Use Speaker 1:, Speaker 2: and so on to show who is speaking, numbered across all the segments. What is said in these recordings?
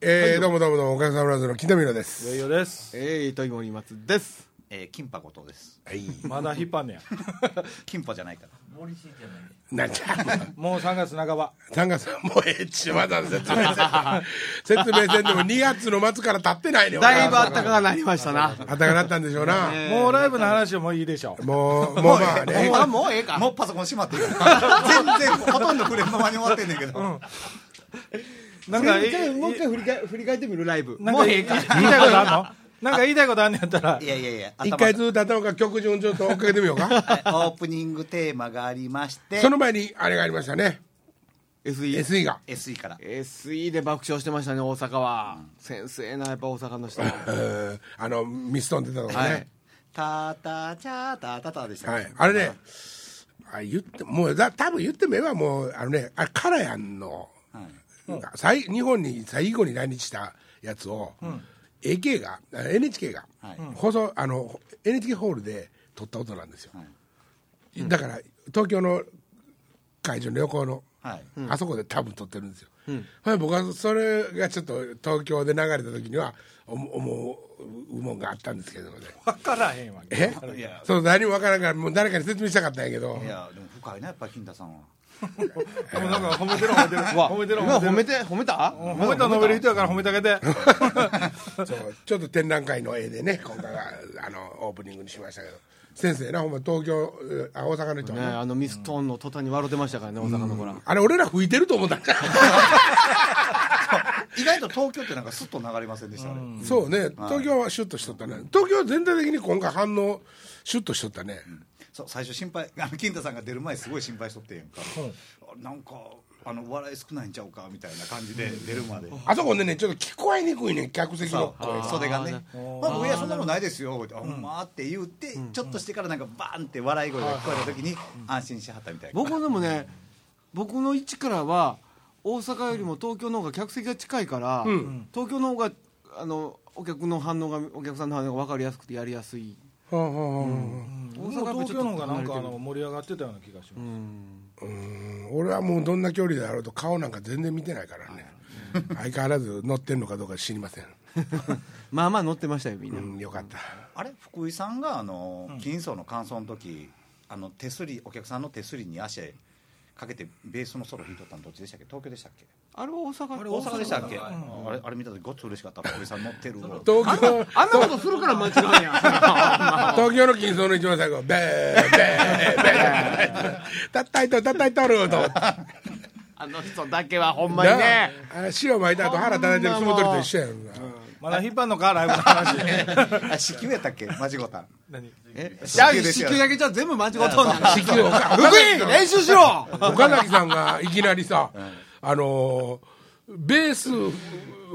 Speaker 1: えーどうもどうもどうも、おかげさまでの木田美奈です。
Speaker 2: いよいよです
Speaker 3: えー、糸井森松です。
Speaker 4: えー、キンパこと です。
Speaker 2: まだ引っ張ん ねや
Speaker 4: キンパじゃないから。
Speaker 1: なん じゃ、
Speaker 2: もう3月半ば
Speaker 1: なんかさ、もうええっち、まだ説明せんか。 説明せんでも2月の末から経ってないね、
Speaker 3: だいぶ
Speaker 1: あ
Speaker 3: 暖
Speaker 1: っ
Speaker 3: かくなりましたな。
Speaker 1: たかなったんでしょうな。
Speaker 2: もうライブの話はもういいでしょ
Speaker 1: も う、もうまあね。
Speaker 3: あ、もうええか。
Speaker 4: もうパソコン閉まってるから。 全然、ほとんど触れんままに終わってんねんけど。
Speaker 2: うなんか
Speaker 3: もう一
Speaker 2: い
Speaker 3: 回もう一回振り返振り返ってみるライブ。
Speaker 2: なん
Speaker 3: も
Speaker 2: か
Speaker 3: う
Speaker 2: 言
Speaker 3: ええ
Speaker 2: い
Speaker 3: か。
Speaker 2: たいこと あんのなんか言いたいことあんねやったら
Speaker 4: いやいやいや、
Speaker 1: 一
Speaker 4: 頭
Speaker 1: 回ずつ頭から曲順をちょっと追っかけてみようか。
Speaker 4: はいオープニングテーマがありまして、
Speaker 1: その前に、あれがありましたね。
Speaker 3: SE。
Speaker 1: SE が。
Speaker 4: SE から。
Speaker 3: SE で爆笑してましたね、大阪は。先生な、やっぱ大阪の 人。
Speaker 1: えーあの、ミストン出たの
Speaker 3: は
Speaker 1: ね
Speaker 3: い。
Speaker 4: タタチャータタタでした。
Speaker 1: はい。あれね、あ言って、もう、だ多分言ってもええわ、もう、あのね、あれ、カラヤンの、最日本に最後に来日したやつを、AK が、あ NHK が、
Speaker 4: はい
Speaker 1: 放送、あの、NHK ホールで撮った音なんですよ。だから、東京の会場の横の、
Speaker 4: はい
Speaker 1: あそこで多分撮ってるんですよ。はい、僕はそれがちょっと東京で流れた時には、思思う、思うもんがあったんですけどね。
Speaker 2: 分からへんわ
Speaker 1: え
Speaker 4: いや
Speaker 1: そう何もわからんからもう誰かに説明したかったんやけど
Speaker 4: いや、でも深いな、やっぱり金田さんは。
Speaker 2: でもなんか褒めてる褒めてる褒めてる
Speaker 3: 今褒
Speaker 2: 褒め
Speaker 3: め
Speaker 2: てる
Speaker 3: て、褒めた
Speaker 2: うん褒めた褒める人やから褒めてあげて
Speaker 1: そうちょっと展覧会の絵でね今回はあのオープニングにしましたけど先生なほんま東京えあ大阪の人
Speaker 3: ね、あのミストーンの途端に笑ってましたからね、大阪の子ら。
Speaker 1: あれ俺ら吹いてると思ったんじゃ
Speaker 4: 意外と東京ってなんかスッと流れませんでしたね。
Speaker 1: んそうね東京はシュッとしとったね東京は全体的に今回反応シュッとしとったね
Speaker 4: そう最初心配あの金田さんが出る前すごい心配しとってんやんか、あなんかあの笑い少ないんちゃうかみたいな感じで出るまで、
Speaker 1: あそこでねちょっと聞こえにくいね客席の
Speaker 4: そう
Speaker 1: 声
Speaker 4: 袖がね「まあ、僕いやそんなのないですよ」ほんま」って言って、ちょっとしてからなんかバーンって笑い声が聞こえた時に安心しはったみたいな
Speaker 3: 僕でもね、僕の位置からは、大阪よりも東京の方が客席が近いから、東京の方が、あの、お客の反応が、お客さんの反応が分かりやすくてやりやすい。
Speaker 1: ほうほうほう
Speaker 2: 僕も東京の方がなんかあの盛り上がってたような気がします
Speaker 1: うん俺はもうどんな距離であろうと顔なんか全然見てないからね相変わらず乗ってんのかどうか知りません
Speaker 3: まあまあ乗ってましたよ、みん
Speaker 1: う
Speaker 3: な。
Speaker 1: んよかった
Speaker 4: あれ福井さんがあの金層の感想の時あの手すりお客さんの手すりに足かけてベースのソロ弾いとったのどっちでしたっけ東京でしたっけ
Speaker 3: あれ大阪
Speaker 4: 大阪でしたっけ、あれあれ見た時ごっつ嬉しかった福井さん乗ってる わ
Speaker 1: 東京
Speaker 3: あんなことするから間違うんや。
Speaker 1: 東京の金層の一番最後ベーベーベ ーたったいとたったいとると思って
Speaker 3: あの人だけはほんまに
Speaker 1: な
Speaker 3: ね
Speaker 1: あ。塩巻いた後腹叩いてる相撲取りと一緒やんな
Speaker 2: まだ引っ張んのかライブの話
Speaker 4: あ子宮やったっけマジゴタン
Speaker 2: 何
Speaker 4: え
Speaker 3: じゃあ、
Speaker 4: です
Speaker 3: 子
Speaker 4: よ
Speaker 3: 宮だけじゃ全部間違ったんだ。
Speaker 1: 子宮岡
Speaker 3: 福井練習しろ
Speaker 1: 岡崎さんがいきなりさあのーベース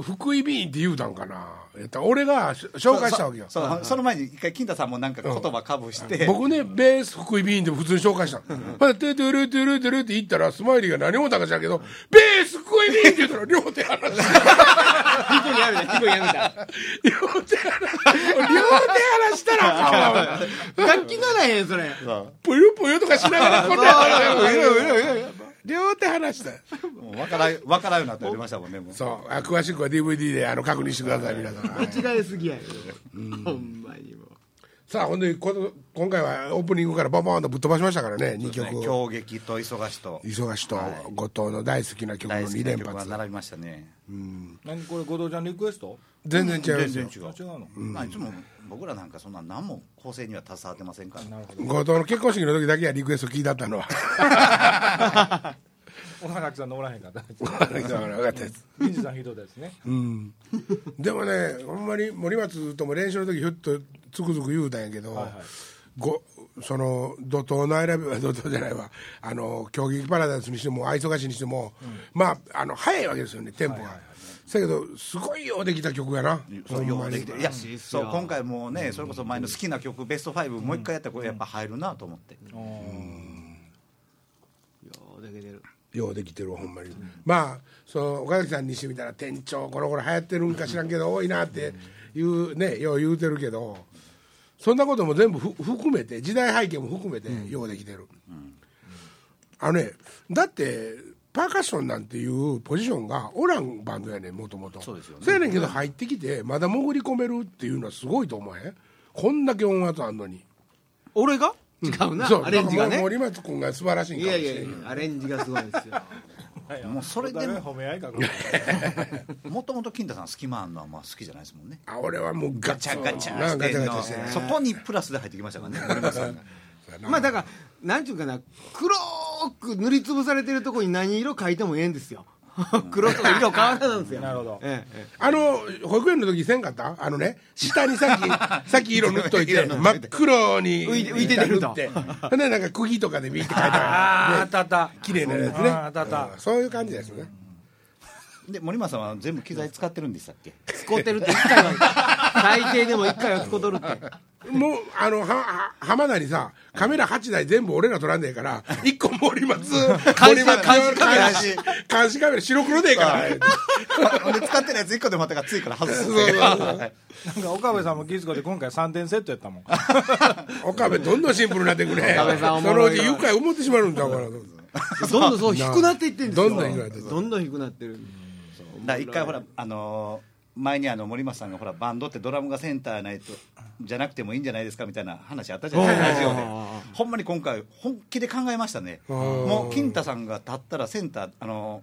Speaker 1: 福井便って言うたんかなやった俺が紹介したわけよ
Speaker 4: そうその前に一回金田さんもなんか言葉かぶして、
Speaker 1: 僕ねベース福井便で普通に紹介したのほんで「トゥトゥルトゥルトゥル」って言ったらスマイリーが何もたか知らんけど「ベース福井便」って言ったら両手離 して
Speaker 3: 福井やめた、福井やめた。
Speaker 1: 両手離両手離したらこう
Speaker 3: 楽器ならへん、それ。
Speaker 1: ぷよぷよとかしながらこんな両手離した
Speaker 4: もう分からん分からんようになって出ましたもんねもう
Speaker 1: そうあ詳しくは DVD であの確認してください皆さんはい
Speaker 3: 間違えすぎやけど。ほんまにもう。
Speaker 1: さあほんでこの今回はオープニングからバンバンとぶっ飛ばしましたからね2
Speaker 4: ね
Speaker 1: 曲
Speaker 4: 狂撃と忙しと
Speaker 1: 忙しと後藤の大好きな曲の
Speaker 4: 大好き
Speaker 1: 2
Speaker 4: な
Speaker 1: 連
Speaker 4: 曲が
Speaker 1: 発
Speaker 4: 並びましたね
Speaker 2: 何これ後藤ちゃんリクエスト
Speaker 1: 全然違いま
Speaker 4: 全
Speaker 1: す
Speaker 4: 然
Speaker 1: よ
Speaker 2: あ
Speaker 4: 違う
Speaker 2: 違うの
Speaker 4: まあ、いつも僕らなんかそんな何も構成には携わってませんから
Speaker 1: 後藤の結婚式の時だけはリクエスト聞いたったのは
Speaker 2: 岡崎さん乗らへんか った
Speaker 1: だから分かったです
Speaker 2: 銀次さんひどいですね
Speaker 1: でもねほんまに森松とも練習の時ひょっとつくづく言うたんやけど、ごその怒涛の選び は怒涛じゃないわあの競技パラダイスにしても愛想がしにしても、まああの早いわけですよねテンポが。せやけどすごいようできた曲やな
Speaker 4: そ
Speaker 1: ほ
Speaker 4: うんよ
Speaker 1: ま
Speaker 4: う
Speaker 1: に
Speaker 4: できていやそう今回もうねそれこそ前の好きな曲ベスト5もう一回やったらこれやっぱ入るなと思って、
Speaker 3: ようでけてる。
Speaker 1: ようできてるわほんまに、まあその岡崎さんにしてみたら店長この頃流行ってるんか知らんけど多いなっていうねよう言うてるけどそんなことも全部ふ含めて時代背景も含めてようできてる、あのねだってパーカッションなんていうポジションがおらんバンドやねんもともと
Speaker 4: そうですよね
Speaker 1: やねんけど入ってきてまだ潜り込めるっていうのはすごいと思えへんこんだけ音圧あんのに
Speaker 3: 俺が違うな、
Speaker 1: そう
Speaker 3: アレンジが
Speaker 1: だから
Speaker 3: ね
Speaker 1: 森松君が素晴らしいん
Speaker 3: い
Speaker 1: かも
Speaker 3: や
Speaker 1: しれん
Speaker 3: いやいやアレンジがすごいですよ
Speaker 4: もうそれで
Speaker 2: も
Speaker 4: も
Speaker 2: 褒め合いか
Speaker 4: もともと金太さん隙間あんのはまあ好きじゃないですもんね
Speaker 1: あ俺はもうガ
Speaker 4: ガ
Speaker 1: チ
Speaker 4: チ
Speaker 1: ャ
Speaker 4: ャガチャ
Speaker 1: な
Speaker 4: し
Speaker 1: ガチ
Speaker 4: て
Speaker 1: ャ
Speaker 4: ん
Speaker 1: ガ
Speaker 4: の
Speaker 1: チャして
Speaker 4: そこにプラスで入ってきましたからね森松さんが
Speaker 3: まあだからなんていうかな黒く塗りつぶされてるとこに何色描いてもええんですよ黒とか色変わらないんですよ
Speaker 2: なるほど
Speaker 3: えええ
Speaker 1: あの保育園の時せんかったあのね下にさ っきさっき色塗っといて真っ黒に
Speaker 3: 浮いて浮いて出ると
Speaker 1: 塗ってほんでなんか釘とかでビーって書いてある
Speaker 2: あたあた
Speaker 1: 綺麗なやつね
Speaker 2: ああたあた
Speaker 1: うんそういう感じですね
Speaker 4: で森松さんは全部機材使ってるんでしたっけ
Speaker 3: え使ってるって一回は最低でも一回は使うとるって
Speaker 1: もうあのはは浜田にさカメラ8台全部俺ら撮らんねえから1個森松
Speaker 3: 監
Speaker 1: 森
Speaker 3: 視
Speaker 1: 松
Speaker 3: 監視カメラ
Speaker 1: 監視監視カメラ白黒でええ から
Speaker 4: ほんで使ってるやつ1個でまたがついから外す
Speaker 1: そうそうそう
Speaker 4: はい
Speaker 2: なんか岡部さんも気づかで今回3点セットやったもん
Speaker 1: 岡部どんどんシンプルになってくね
Speaker 3: 岡部さんお
Speaker 1: そ
Speaker 3: も
Speaker 1: のう
Speaker 3: ろい
Speaker 1: ち
Speaker 3: な
Speaker 1: 愉快思ってしまうんだから
Speaker 3: どんどんそう低くなっていってるんです
Speaker 1: ど
Speaker 3: よ
Speaker 1: んどん低くなってる
Speaker 3: どんどん低くなってる
Speaker 4: だから一回ほらあのー前にあの森松さんがほらバンドってドラムがセンターないとじゃなくてもいいんじゃないですかみたいな話あったじゃないですかラジオでほんまに今回本気で考えましたね
Speaker 1: うん
Speaker 4: もう金太さんが立ったらセンターあの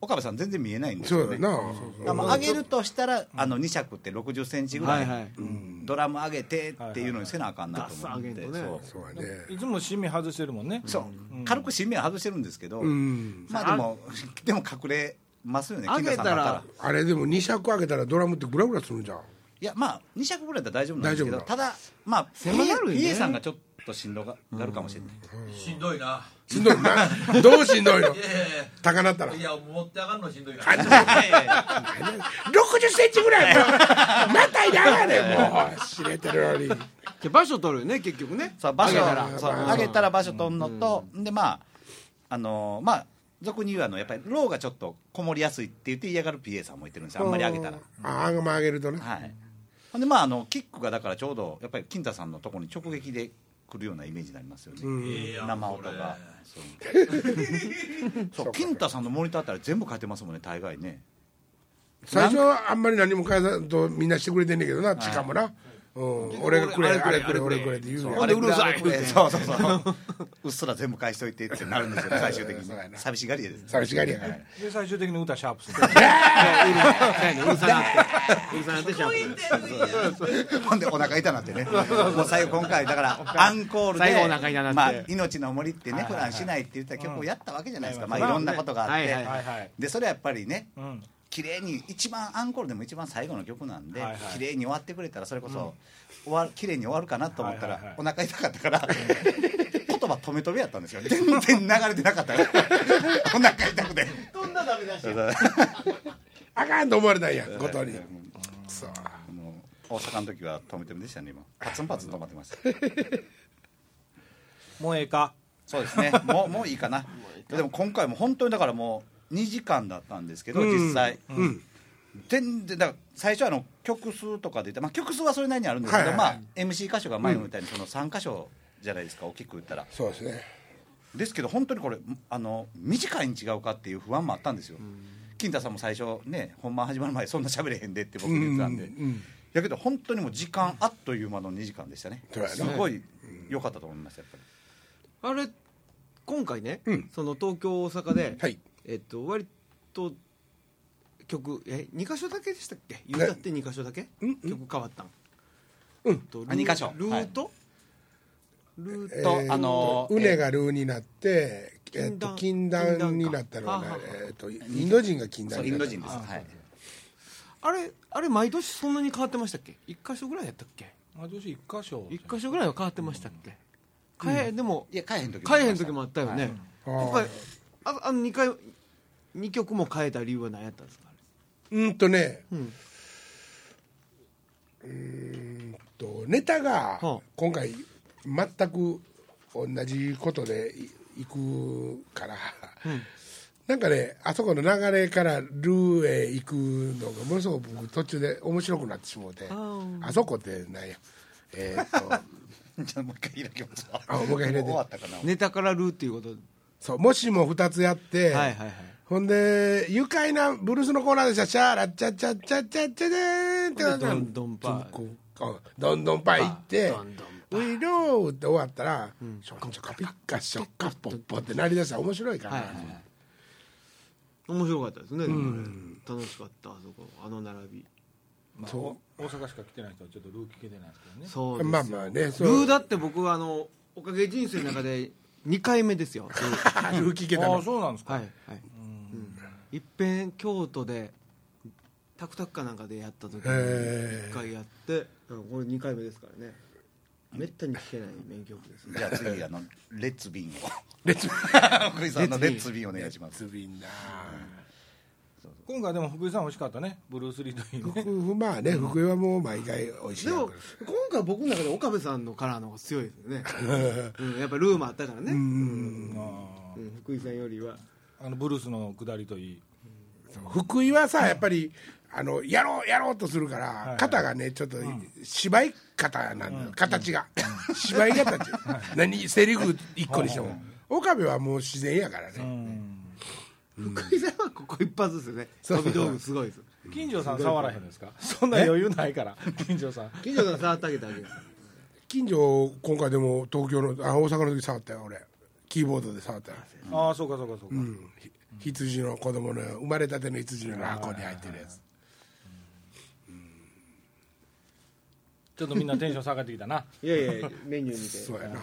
Speaker 4: ー岡部さん全然見えないんです
Speaker 1: そう
Speaker 4: よ
Speaker 1: だ
Speaker 4: ね
Speaker 1: な
Speaker 4: あまあ上げるとしたらあの2尺って6 0センチぐらい、
Speaker 3: はいはい
Speaker 4: うんドラム上げてっていうのにせなあかんなと思っ
Speaker 3: ガ
Speaker 4: て、
Speaker 3: ッサー上げんとね
Speaker 4: そう
Speaker 1: そうやね
Speaker 2: いつもシミ外してるもんね
Speaker 4: そう、軽く新面外してるんですけど、
Speaker 1: ん
Speaker 4: まあでもでも隠れますよね
Speaker 3: 上げたら
Speaker 4: 金田さんだっ
Speaker 1: あれでも2尺開けたらドラムってグラグラするんじゃん
Speaker 4: いやまあ2尺ぐらいだったら大丈夫なんですけど
Speaker 1: 大丈夫
Speaker 4: ただまあ
Speaker 3: 狭なるよね
Speaker 4: ピエさんがちょっとしんどがなるかもしれない、
Speaker 5: しんどいな。
Speaker 1: しんどいなどうしんどいの
Speaker 5: いやいや
Speaker 1: 高なったら
Speaker 5: い
Speaker 1: 6
Speaker 5: や、いや持って上がるのしんどいから。い やいやいや
Speaker 1: 0センチぐらいやったまたやがねもう知れてるのに
Speaker 3: じゃあ場所取るよね結局 ね
Speaker 4: さあ場所
Speaker 3: 上
Speaker 4: 上
Speaker 3: げ
Speaker 4: げ
Speaker 3: た
Speaker 4: た
Speaker 3: ら
Speaker 4: らそう上げたら場所取んのと、でまああのーまあ俗に言うあのやっぱりローがちょっとこもりやすいって言って嫌がる PA さんもいてるんですよあんまり上げたら。
Speaker 1: ああまあ上げるとね
Speaker 4: はい、ほんでまああのキックがだからちょうどやっぱり金太さんのところに直撃で来るようなイメージになりますよね、
Speaker 5: いや
Speaker 4: 生音がそうそう金太さんのモニターあったら全部変えてますもんね大概ね
Speaker 1: 最初はあんまり何も返さんとみんなしてくれてんねんけどなしかもなうん俺がくれあれくれ俺くれって言う
Speaker 4: そう
Speaker 1: の
Speaker 4: あれうるさいそうそうそう うっすら全部返しといてってなるんですよ最終的に
Speaker 1: そうやな
Speaker 4: 寂しがり屋です
Speaker 1: 寂しがりやから
Speaker 2: で最終的に歌シャープする
Speaker 3: うるさなってうるさなってシャープで
Speaker 4: ほんでお腹痛なってねもう最後今回だからアンコールで
Speaker 3: 最後お腹痛なって
Speaker 4: まあ、命の森ってね普段しないって言った曲をやったわけじゃないですか、
Speaker 2: うん
Speaker 4: まあ、いろんなことがあって、
Speaker 3: はい
Speaker 2: はいはい
Speaker 4: でそれはやっぱりね
Speaker 2: うん
Speaker 4: 綺麗に一番アンコールでも一番最後の曲なんで、
Speaker 2: はいはい
Speaker 4: 綺麗に終わってくれたらそれこそ、終わる綺麗に終わるかなと思ったら、
Speaker 2: はいはいはい
Speaker 4: お腹痛かったから 言葉止め止めやったんですよ全然流れてな かったからお腹痛くて
Speaker 3: そんなダメだし
Speaker 1: あかんと思われたんやことにそう
Speaker 4: もう大阪の時は止め止めでしたね今パツンパツン止まってました
Speaker 2: もうええか
Speaker 4: そうです ねもうもういいかなでも今回も本当にだからもう2時間だったんですけど、実際、全然だから最初はあの曲数とかで言って、まあ、曲数はそれなりにあるんですけど、
Speaker 1: はいはいはい
Speaker 4: まあ、MC 箇所が前みたいにその3箇所じゃないですか大きく言ったら
Speaker 1: そうですね
Speaker 4: ですけど本当にこれあの短いに違うかっていう不安もあったんですよ、金太さんも最初ね本番始まる前そんな喋れへんでって僕に言ってたんで、やけど本当にもう時間あっという間の2時間でしたね
Speaker 1: そうやな
Speaker 4: すごい良かったと思いますやっぱ
Speaker 3: あ
Speaker 4: り。
Speaker 3: れ今回ね、
Speaker 1: うん
Speaker 3: その東京大阪で、
Speaker 1: はい
Speaker 3: えっと割と曲え二箇所だけでしたっけ言うたって二箇所だけ、曲変わったん、
Speaker 1: うん
Speaker 3: えっとルー
Speaker 4: あ二箇所
Speaker 3: ルート、ルート、
Speaker 4: と
Speaker 1: え
Speaker 4: あの
Speaker 1: うねがルーになって、えっ
Speaker 3: 禁
Speaker 1: と
Speaker 3: 断
Speaker 1: 禁断になったのはね
Speaker 3: 禁断か
Speaker 1: えっとインド人が禁断
Speaker 4: そう
Speaker 1: に
Speaker 4: イ
Speaker 1: な
Speaker 4: ン
Speaker 1: った
Speaker 4: ド人ですはい
Speaker 3: あれあれ毎年そんなに変わってましたっけ一箇所ぐらいやったっけ
Speaker 2: 毎年一箇所
Speaker 3: 一箇所ぐらいは変わってましたっけ、変えでも
Speaker 4: いや帰へん時
Speaker 3: 変えへん時もあったよね、
Speaker 1: はい
Speaker 3: やっぱりああの二回二曲も変えた理由は何やったんですかあれ
Speaker 1: うんとね
Speaker 3: ん
Speaker 1: うんとネタが
Speaker 3: はあ
Speaker 1: 今回全く同じことでいいくから、なんかねあそこの流れからルーへ行くのがものすごく僕途中で面白くなってしまうて
Speaker 3: あ
Speaker 1: あそこってなんやえっと
Speaker 4: じゃあもう一回開きましょう
Speaker 1: あもう一回開いて
Speaker 4: 終わったかな
Speaker 3: ネタからルーっていうこと
Speaker 1: そうもしも2つやって、
Speaker 3: はいはいはい
Speaker 1: ほんで愉快なブルースのコーナーでしたシャーラチャチャチャチャチャでーんってなって
Speaker 3: どんどんパー
Speaker 1: こううんどんどんパイ行って
Speaker 3: どんどん
Speaker 1: 「ウィロー」って終わったら「ショッカショッカピッカショッカポッポ」ってなりだしたら面白いから、
Speaker 3: はいはいはい面白かったですね、でもね楽しかったあそこあの並び
Speaker 2: まあ、
Speaker 1: そう
Speaker 2: お大阪しか来てない人はちょっとルー聞けてないですけどね
Speaker 3: そうですよ
Speaker 1: まあまあねそう
Speaker 3: ルーだって僕はあのおかげ人生の中で2回目ですよルー
Speaker 1: あルー聞けた
Speaker 2: あ
Speaker 1: の
Speaker 2: あそうなんですか、
Speaker 3: はいはい、うん、いっぺん京都でタクタクかなんかでやった時に
Speaker 1: へー
Speaker 3: 1回やって、うんこれ2回目ですからねめったに聴けない名曲ですね
Speaker 4: じゃあ次あのレッツビンを
Speaker 1: レッツ
Speaker 4: 福井さんのレッツビンお願いしま
Speaker 1: ツ
Speaker 4: す
Speaker 1: ビンだ
Speaker 2: 今回でも福井さん美味しかったねブルース・リーといいね
Speaker 1: 福まあね福井はもう毎回美味しい
Speaker 3: で
Speaker 1: やん
Speaker 3: も
Speaker 1: か
Speaker 3: 今回僕の中で岡部さんのカラーの方が強いですよね、うん、やっぱルーもあったからね、うんうん福井さんよりは
Speaker 2: あのブルースの下りといい
Speaker 1: ら福井はさやっぱりあのやろうやろうとするから、
Speaker 2: はい
Speaker 1: 肩がねちょっと、芝居肩なんだよ形が、芝居形何セリフ一個にしても、岡部はもう自然やからね、
Speaker 3: 福井さんはここ一発ですよね
Speaker 1: そう
Speaker 3: 飛び道具すごいです
Speaker 2: 金城さん触らへんですかそんな余裕ないから金城さん
Speaker 3: 近所から触ってあげてあげる
Speaker 1: 近所今回でも東京のあ大阪の時触ったよ俺キーボードで触ったよ、
Speaker 2: ああそうかそうかそうか、
Speaker 1: うんひ羊の子供の生まれたての羊の箱に入ってるやつ
Speaker 2: ちょっとみんなテンション下がってきたな
Speaker 3: いやいやメニュー見て
Speaker 1: そうやな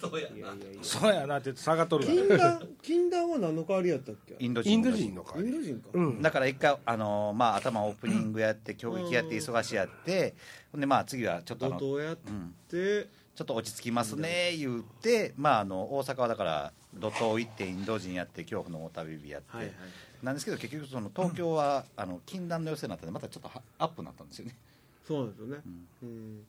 Speaker 5: そうやな
Speaker 2: そうやなって下がっとるから
Speaker 3: 禁断禁断は何の代わりやったっけイ
Speaker 4: インド人
Speaker 1: インド人のか
Speaker 3: ンド人か、
Speaker 4: だから一回、あのーまあ、頭オープニングやって衝撃やって忙しいやってほんでまあ次はちょっとあの
Speaker 3: 後藤やって、
Speaker 4: ちょっと落ち着きますね言って、まあ、あの大阪はだから怒涛行ってインド人やって恐怖のお旅日やって、
Speaker 3: はいはい
Speaker 4: なんですけど結局その東京は、あの禁断の寄せになったんでまたちょっとはアップになったんですよね
Speaker 3: そうなんですよね、うん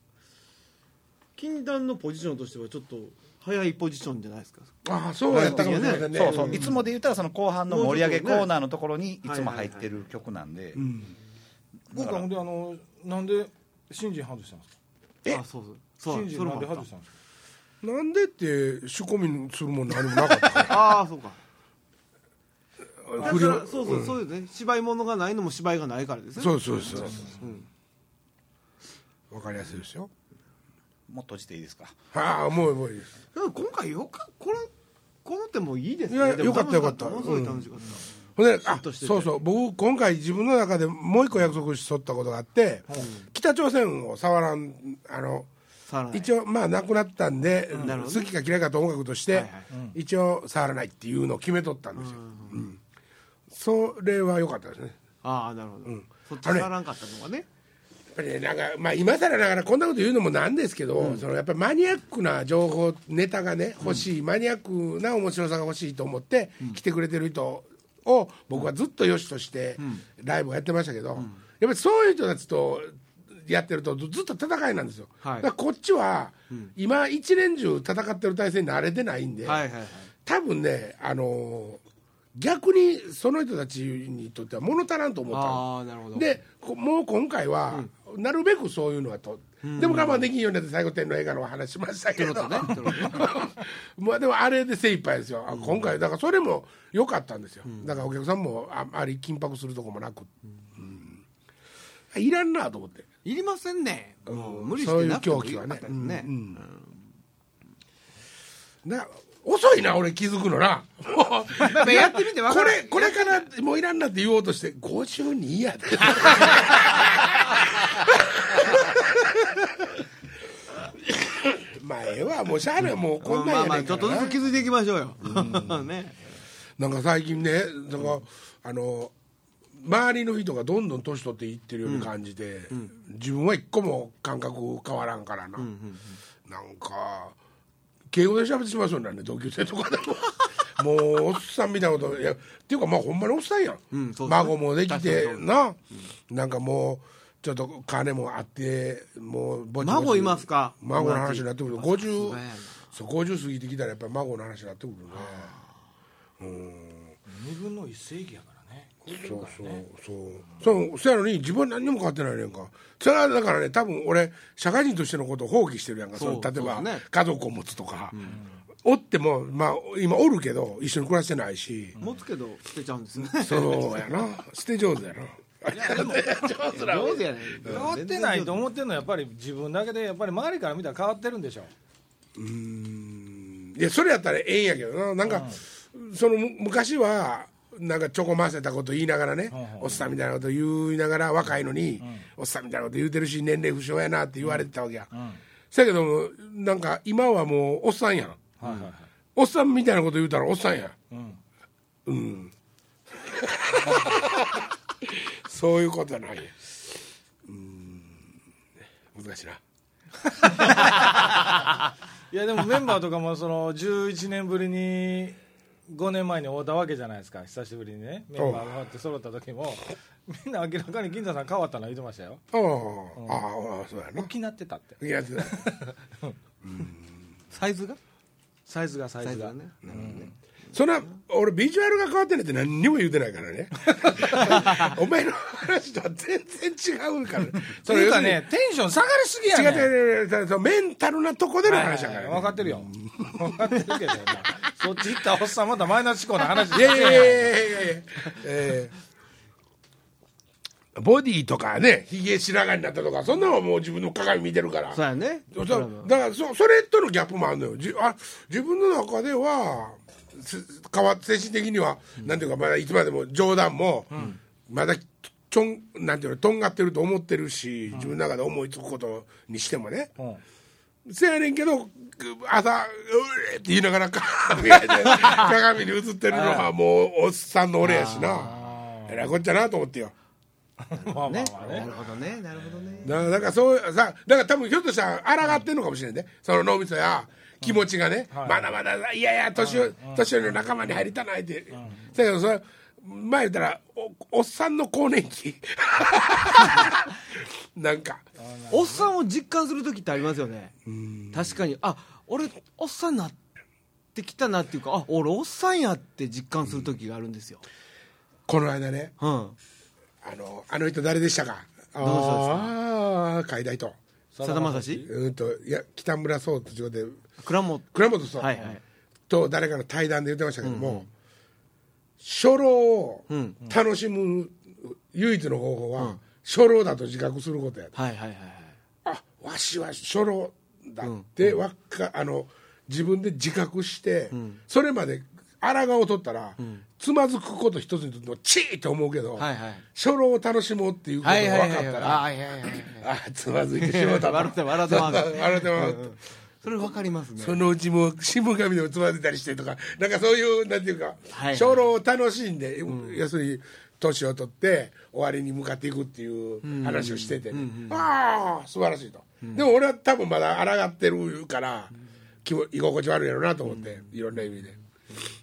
Speaker 3: 禁断のポジションとしてはちょっと早いポジションじゃないですか
Speaker 1: ああそうやったかもしれないね
Speaker 4: そうそう、
Speaker 1: ん
Speaker 4: いつもで言ったらその後半の盛り上げコーナーのところにい
Speaker 3: もうち
Speaker 4: つ
Speaker 3: ょっ
Speaker 4: も
Speaker 3: とね
Speaker 4: 入ってる曲なんで、
Speaker 2: 今回ほんであのなんで新人外したんですか
Speaker 3: あそうそうそう
Speaker 2: 新
Speaker 3: そ
Speaker 2: 人
Speaker 3: れ
Speaker 2: なん
Speaker 3: も
Speaker 2: で
Speaker 3: あっ
Speaker 2: 外したんですか
Speaker 1: なんでって仕込みするもん何もなかったか
Speaker 3: たああそうからだ
Speaker 1: 不
Speaker 3: か
Speaker 1: 良
Speaker 3: らそうそうそうですね芝居ものがないのも芝居がないからですね
Speaker 1: そうそうそうわかりやすいですよ
Speaker 4: もう閉じていいですか
Speaker 1: ああもうもういいです
Speaker 3: だから今回よかこれこの手もいいです
Speaker 1: いや
Speaker 3: ねでも
Speaker 1: よかったよかった
Speaker 3: ものすごい楽しかった、
Speaker 1: ほんであ
Speaker 3: としてて
Speaker 1: そうそう僕今回自分の中でもう一個約束しとったことがあって北朝鮮を触らんあの
Speaker 3: さらに
Speaker 1: 一応まあ亡くなったんで、
Speaker 3: なるほどね
Speaker 1: 好きか嫌いかと音楽として、
Speaker 3: はいはい
Speaker 1: 一応触らないっていうのを決めとったんですよ、うんそれは良かったですね
Speaker 3: ああなるほど、そっち
Speaker 1: あれ
Speaker 3: 触らんかったのがね
Speaker 1: やっぱりねなんか、まあ、今更ながらこんなこと言うのもなんですけど、そのやっぱりマニアックな情報ネタがね欲しい、マニアックな面白さが欲しいと思って来てくれてる人を僕はずっと良しとしてライブをやってましたけど、やっぱりそういう人たちとやってるとずっと戦いなんですよ、
Speaker 3: はい
Speaker 1: だからこっちは今一年中戦ってる体制に慣れてないんで、
Speaker 3: はいはいはい
Speaker 1: 多分ねあのー逆にその人たちにとっては物足らんと思ったの
Speaker 3: ああなるほど
Speaker 1: でこもう今回は、なるべくそういうのはと、でも我慢できんようになって最後天の映画のお話しました けど
Speaker 3: とねと
Speaker 1: まあでもあれで精一杯ですよ、あ今回だからそれも良かったんですよ、だからお客さんもああまり緊迫するとこもなく、うんいらんなと思って
Speaker 3: いりませんねもう無理し
Speaker 1: そう
Speaker 3: て
Speaker 1: いう
Speaker 3: なくても
Speaker 1: 狂
Speaker 3: いい
Speaker 1: 気は
Speaker 3: かっ
Speaker 1: ね
Speaker 3: たですね
Speaker 1: うんな遅いな俺気づくの なもう
Speaker 3: まあやってみてわ
Speaker 1: こ
Speaker 3: かる
Speaker 1: れこれからもういらんなって言おうとして52やで まあええわもうしゃあないもうこんなん
Speaker 3: ま
Speaker 1: や
Speaker 3: あま
Speaker 1: ね
Speaker 3: あ
Speaker 1: ん
Speaker 3: ち
Speaker 1: か
Speaker 3: ょっと
Speaker 1: ら
Speaker 3: ず
Speaker 1: な
Speaker 3: つ気づいていきましょうよ、 ね
Speaker 1: なんか最近ねだからあの周りの人がどんどん年取っていってるように感じて、自分は一個も感覚変わらんからな、なんか敬語で喋ってしまいそうになるね同級生とかで ももうおっさんみたいなこといやっていうかまあほんまにおっさんやん、
Speaker 3: うんそうですね
Speaker 1: 孫もでき
Speaker 3: 確
Speaker 1: て
Speaker 3: かにそう
Speaker 1: な、なんかもうちょっと金もあってもうぼちぼち
Speaker 3: 孫いますか
Speaker 1: 孫の話になってくる50
Speaker 3: さすがやな
Speaker 1: そう50過ぎてきたらやっぱり孫の話になってくるね
Speaker 2: 2分の1世紀やからね
Speaker 1: そうそうそうそうそやのに自分は何にも変わってないねんかそれはだからね多分俺社会人としてのことを放棄してるやんかそ
Speaker 3: そ
Speaker 1: の
Speaker 3: う
Speaker 1: 例えば、
Speaker 3: そうですね
Speaker 1: 家族を持つとか、おっても、まあ、今おるけど一緒に暮らしてないし、
Speaker 3: 持つけど捨てちゃうんですね
Speaker 1: そうやな捨て上手やな上手な
Speaker 3: 上手やね
Speaker 2: 変わってないと思ってるのはやっぱり自分だけでやっぱり周りから見たら変わってるんでしょ
Speaker 1: いやそれやったらええんやけどななんか、そのむ昔はなんかちょこませたこと言いながらね、おっさんみたいなこと言いながら若いのに、おっさんみたいなこと言うてるし年齢不詳やなって言われてたわけや、そやけどもなんか今はもうおっさんやん
Speaker 2: はいはいはい
Speaker 1: おっさんみたいなこと言うたらおっさんやん
Speaker 2: うん
Speaker 1: そういうことなんやうーん難しいない
Speaker 2: やでもメンバーとかもその11年ぶりに5年前に会うたわけじゃないですか久しぶりにねメンバーがこうやって揃った時もみんな明らかに銀座さん変わったの言ってましたよ
Speaker 1: ああ、ああそうや
Speaker 2: 大きなってたって
Speaker 1: なやつだ
Speaker 3: サイズが
Speaker 2: サイズがサイ
Speaker 3: サイ
Speaker 2: ズ
Speaker 3: ズ
Speaker 2: が
Speaker 3: がね
Speaker 1: そんな俺ビジュアルが変わってんねんって何にも言うてないからねお前の話とは全然違うから
Speaker 2: というかねテンション下がりすぎや
Speaker 1: 違う
Speaker 2: ね
Speaker 1: 違う違う
Speaker 2: ん
Speaker 1: 違うそうメンタルなとこでの話だから、ね
Speaker 2: 分かってるよ分かってるけどなそっち行ったおっさんまたマイナス思考の話
Speaker 1: いやいやいやいやいやいやえーボディとかねひげ白髪になったとかそんなのはもう自分の鏡見てるから
Speaker 3: そうやね
Speaker 1: そうだからそそれとのギャップもあるのよじあ自分の中ではす変わ精神的には、なんていうかまだいつまでも冗談も、まだちょんなんていうのとんがってると思ってるし、自分の中で思いつくことにしてもね、
Speaker 2: うん
Speaker 1: せやねんけどぐ朝「うえ」って言いながら 鏡やで鏡に映ってるのはもうおっさんの俺やしなえらいこっちゃなと思ってよ。
Speaker 2: まあまあ
Speaker 3: ね
Speaker 2: まあ
Speaker 3: な
Speaker 2: ね
Speaker 3: るほどねなるほどね
Speaker 1: なだからそうさだから多分ひょっとしたら抗ってんのかもしれんねその脳みそや気持ちがね、まだまだいやいや年寄り年寄りの仲間に入りたないって、だけどそれ前言ったらおおっさんの更年 期なんか
Speaker 3: おっさんを実感する時ってありますよね確かにあ俺おっさんなってきたなっていうかあ俺おっさんやって実感する時があるんですよ
Speaker 1: この間ね
Speaker 3: うん
Speaker 1: あのあの人誰でしたかあ
Speaker 3: どうしたんです
Speaker 1: あ海大と
Speaker 3: さだまさし
Speaker 1: うーんといや北村壮と違うで
Speaker 3: 倉本
Speaker 1: 倉本壮、
Speaker 3: はいはい
Speaker 1: と誰かの対談で言ってましたけども、初老を楽しむ唯一の方法は、初老だと自覚することやと
Speaker 3: はいはいはいはい
Speaker 1: あわしは初老だって、わっかあの自分で自覚して、それまで抗おうとったら、つまずくこと一つにとってもチーって思うけど、
Speaker 3: はいはい
Speaker 1: 初老を楽しもうっていうことが
Speaker 3: はい
Speaker 1: 分
Speaker 3: はい
Speaker 1: か
Speaker 3: は
Speaker 1: っ
Speaker 3: い
Speaker 1: たら、
Speaker 3: あはいはいはい
Speaker 1: あつまずいてしまったと
Speaker 3: 笑って笑ってます
Speaker 1: 笑ってます
Speaker 3: それわかりますね
Speaker 1: そのうちもう新聞紙でもつまずいたりしてとかなんかそういうなんていうか
Speaker 3: はい
Speaker 1: 初老を楽しんで、要するに年を取って終わりに向かっていくっていう話をしててね、ああ素晴らしいと、でも俺は多分まだ抗ってるから、気も居心地悪いやろうなと思って、いろんな意味で